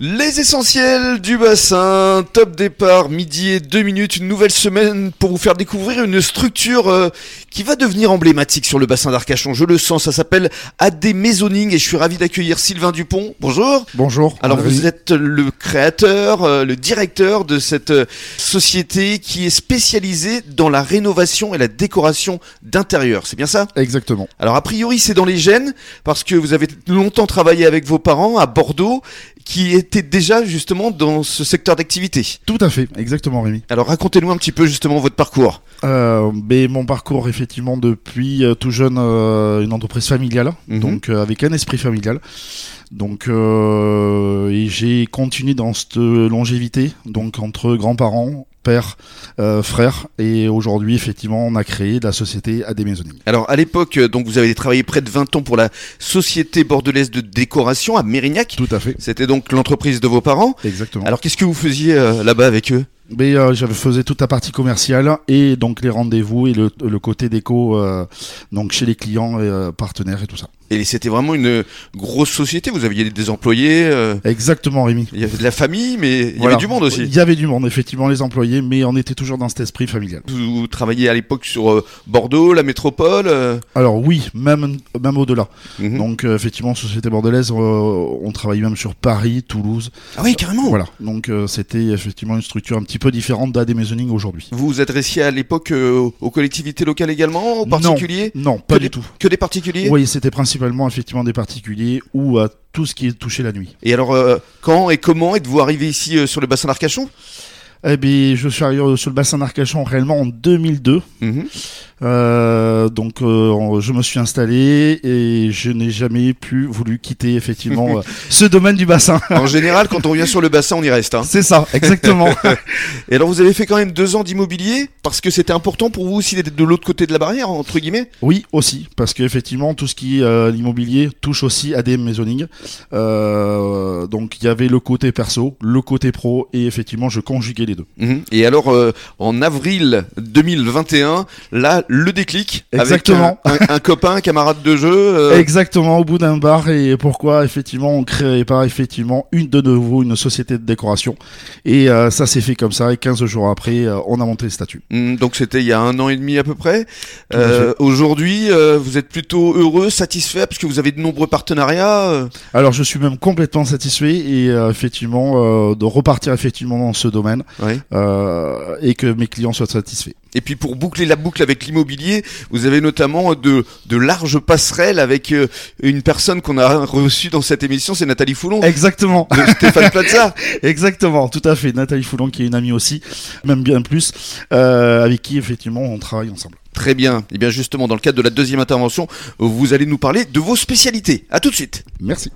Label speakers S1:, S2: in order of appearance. S1: Les essentiels du bassin, top départ, midi et deux minutes, une nouvelle semaine pour vous faire découvrir une structure euh, qui va devenir emblématique sur le bassin d'Arcachon. Je le sens, ça s'appelle AD Maisoning et je suis ravi d'accueillir Sylvain Dupont. Bonjour.
S2: Bonjour.
S1: Alors
S2: Henri.
S1: vous êtes le créateur, euh, le directeur de cette euh, société qui est spécialisée dans la rénovation et la décoration d'intérieur. C'est bien ça
S2: Exactement.
S1: Alors a priori c'est dans les gènes parce que vous avez longtemps travaillé avec vos parents à Bordeaux qui étaient déjà justement dans ce secteur d'activité.
S2: Tout à fait, exactement Rémi.
S1: Alors racontez-nous un petit peu justement votre parcours.
S2: Euh, mais mon parcours, effectivement, depuis euh, tout jeune, euh, une entreprise familiale,
S1: Mhm.
S2: donc euh, avec un esprit familial. Donc, euh, et j'ai continué dans cette longévité, donc entre grands-parents, père, euh, frère, et aujourd'hui, effectivement, on a créé la société AD Maisonning.
S1: Alors à l'époque euh, donc vous avez travaillé près de 20 ans pour la société bordelaise de décoration à Mérignac.
S2: Tout à fait,
S1: C'était donc l'entreprise de vos parents.
S2: exactement.
S1: Alors qu'est-ce que vous faisiez euh, là-bas avec eux
S2: Mais euh, je faisais toute la partie commerciale et donc les rendez-vous et le, le côté déco, euh, donc chez les clients et euh, partenaires et tout ça.
S1: Et c'était vraiment une grosse société, vous aviez des employés, euh,
S2: Exactement, Rémi.
S1: il y avait de la famille mais il y
S2: Voilà.
S1: avait du monde aussi.
S2: Il y avait du monde, effectivement, les employés, mais on était toujours dans cet esprit familial.
S1: Vous travailliez à l'époque sur euh, Bordeaux, la métropole. euh,
S2: Alors oui, même, même au-delà.
S1: mhm.
S2: Donc euh, effectivement, Société Bordelaise, euh, on travaillait même sur Paris, Toulouse.
S1: Ah oui, carrément.
S2: Voilà, donc euh, c'était effectivement une structure un petit peu différente d'AD Maisoning aujourd'hui.
S1: Vous vous adressiez à l'époque euh, aux collectivités locales également, aux
S2: Non.
S1: particuliers
S2: Non, pas
S1: Que
S2: du
S1: des-
S2: tout.
S1: Que des particuliers
S2: Oui, c'était principalement effectivement des particuliers ou à tout ce qui est touché la nuit.
S1: Et alors, euh, quand et comment êtes-vous arrivé ici euh, sur le bassin d'Arcachon
S2: Eh bien, je suis arrivé sur le bassin d'Arcachon réellement en 2002.
S1: Mhm.
S2: Euh, donc euh, on- je me suis installé et je n'ai jamais plus voulu quitter effectivement euh, ce domaine du bassin.
S1: En général, quand on revient sur le bassin, on y reste. hein.
S2: C'est ça, exactement.
S1: Et alors, vous avez fait quand même deux ans d'immobilier parce que c'était important pour vous aussi d'être de l'autre côté de la barrière, entre guillemets.
S2: oui, aussi, parce qu'effectivement, tout ce qui est euh, l'immobilier touche aussi à des maisonnings. Euh, donc, il y avait le côté perso, le côté pro, et effectivement, je conjuguais les deux.
S1: Mhm. Et alors, euh, en avril 2021, là, le déclic
S2: Exactement.
S1: avec euh, un- un, un copain, un camarade de jeu. euh,
S2: Exactement, au bout d'un bar, et pourquoi effectivement on créerait pas effectivement une de nouveau une société de décoration. Et euh, ça s'est fait comme ça, et 15 jours après, euh, on a monté le statut.
S1: Hmm, Donc c'était il y a un an et demi à peu près.
S2: Tout à fait.
S1: Euh, Aujourd'hui, euh, vous êtes plutôt heureux, satisfait, parce que vous avez de nombreux partenariats. euh.
S2: Alors je suis même complètement satisfait et euh, effectivement euh, de repartir effectivement dans ce domaine euh, et que mes clients soient satisfaits.
S1: Et puis pour boucler la boucle avec l'immobilier, vous avez notamment de, de larges passerelles avec euh, une personne qu'on a reçue dans cette émission, c'est Nathalie Foulon.
S2: Exactement,
S1: de Stéphane Plaza.
S2: exactement, tout à fait. Nathalie Foulon qui est une amie aussi, même bien plus, euh, avec qui effectivement on travaille ensemble.
S1: Très bien. Et bien justement, dans le cadre de la deuxième intervention, vous allez nous parler de vos spécialités. À tout de suite.
S2: Merci.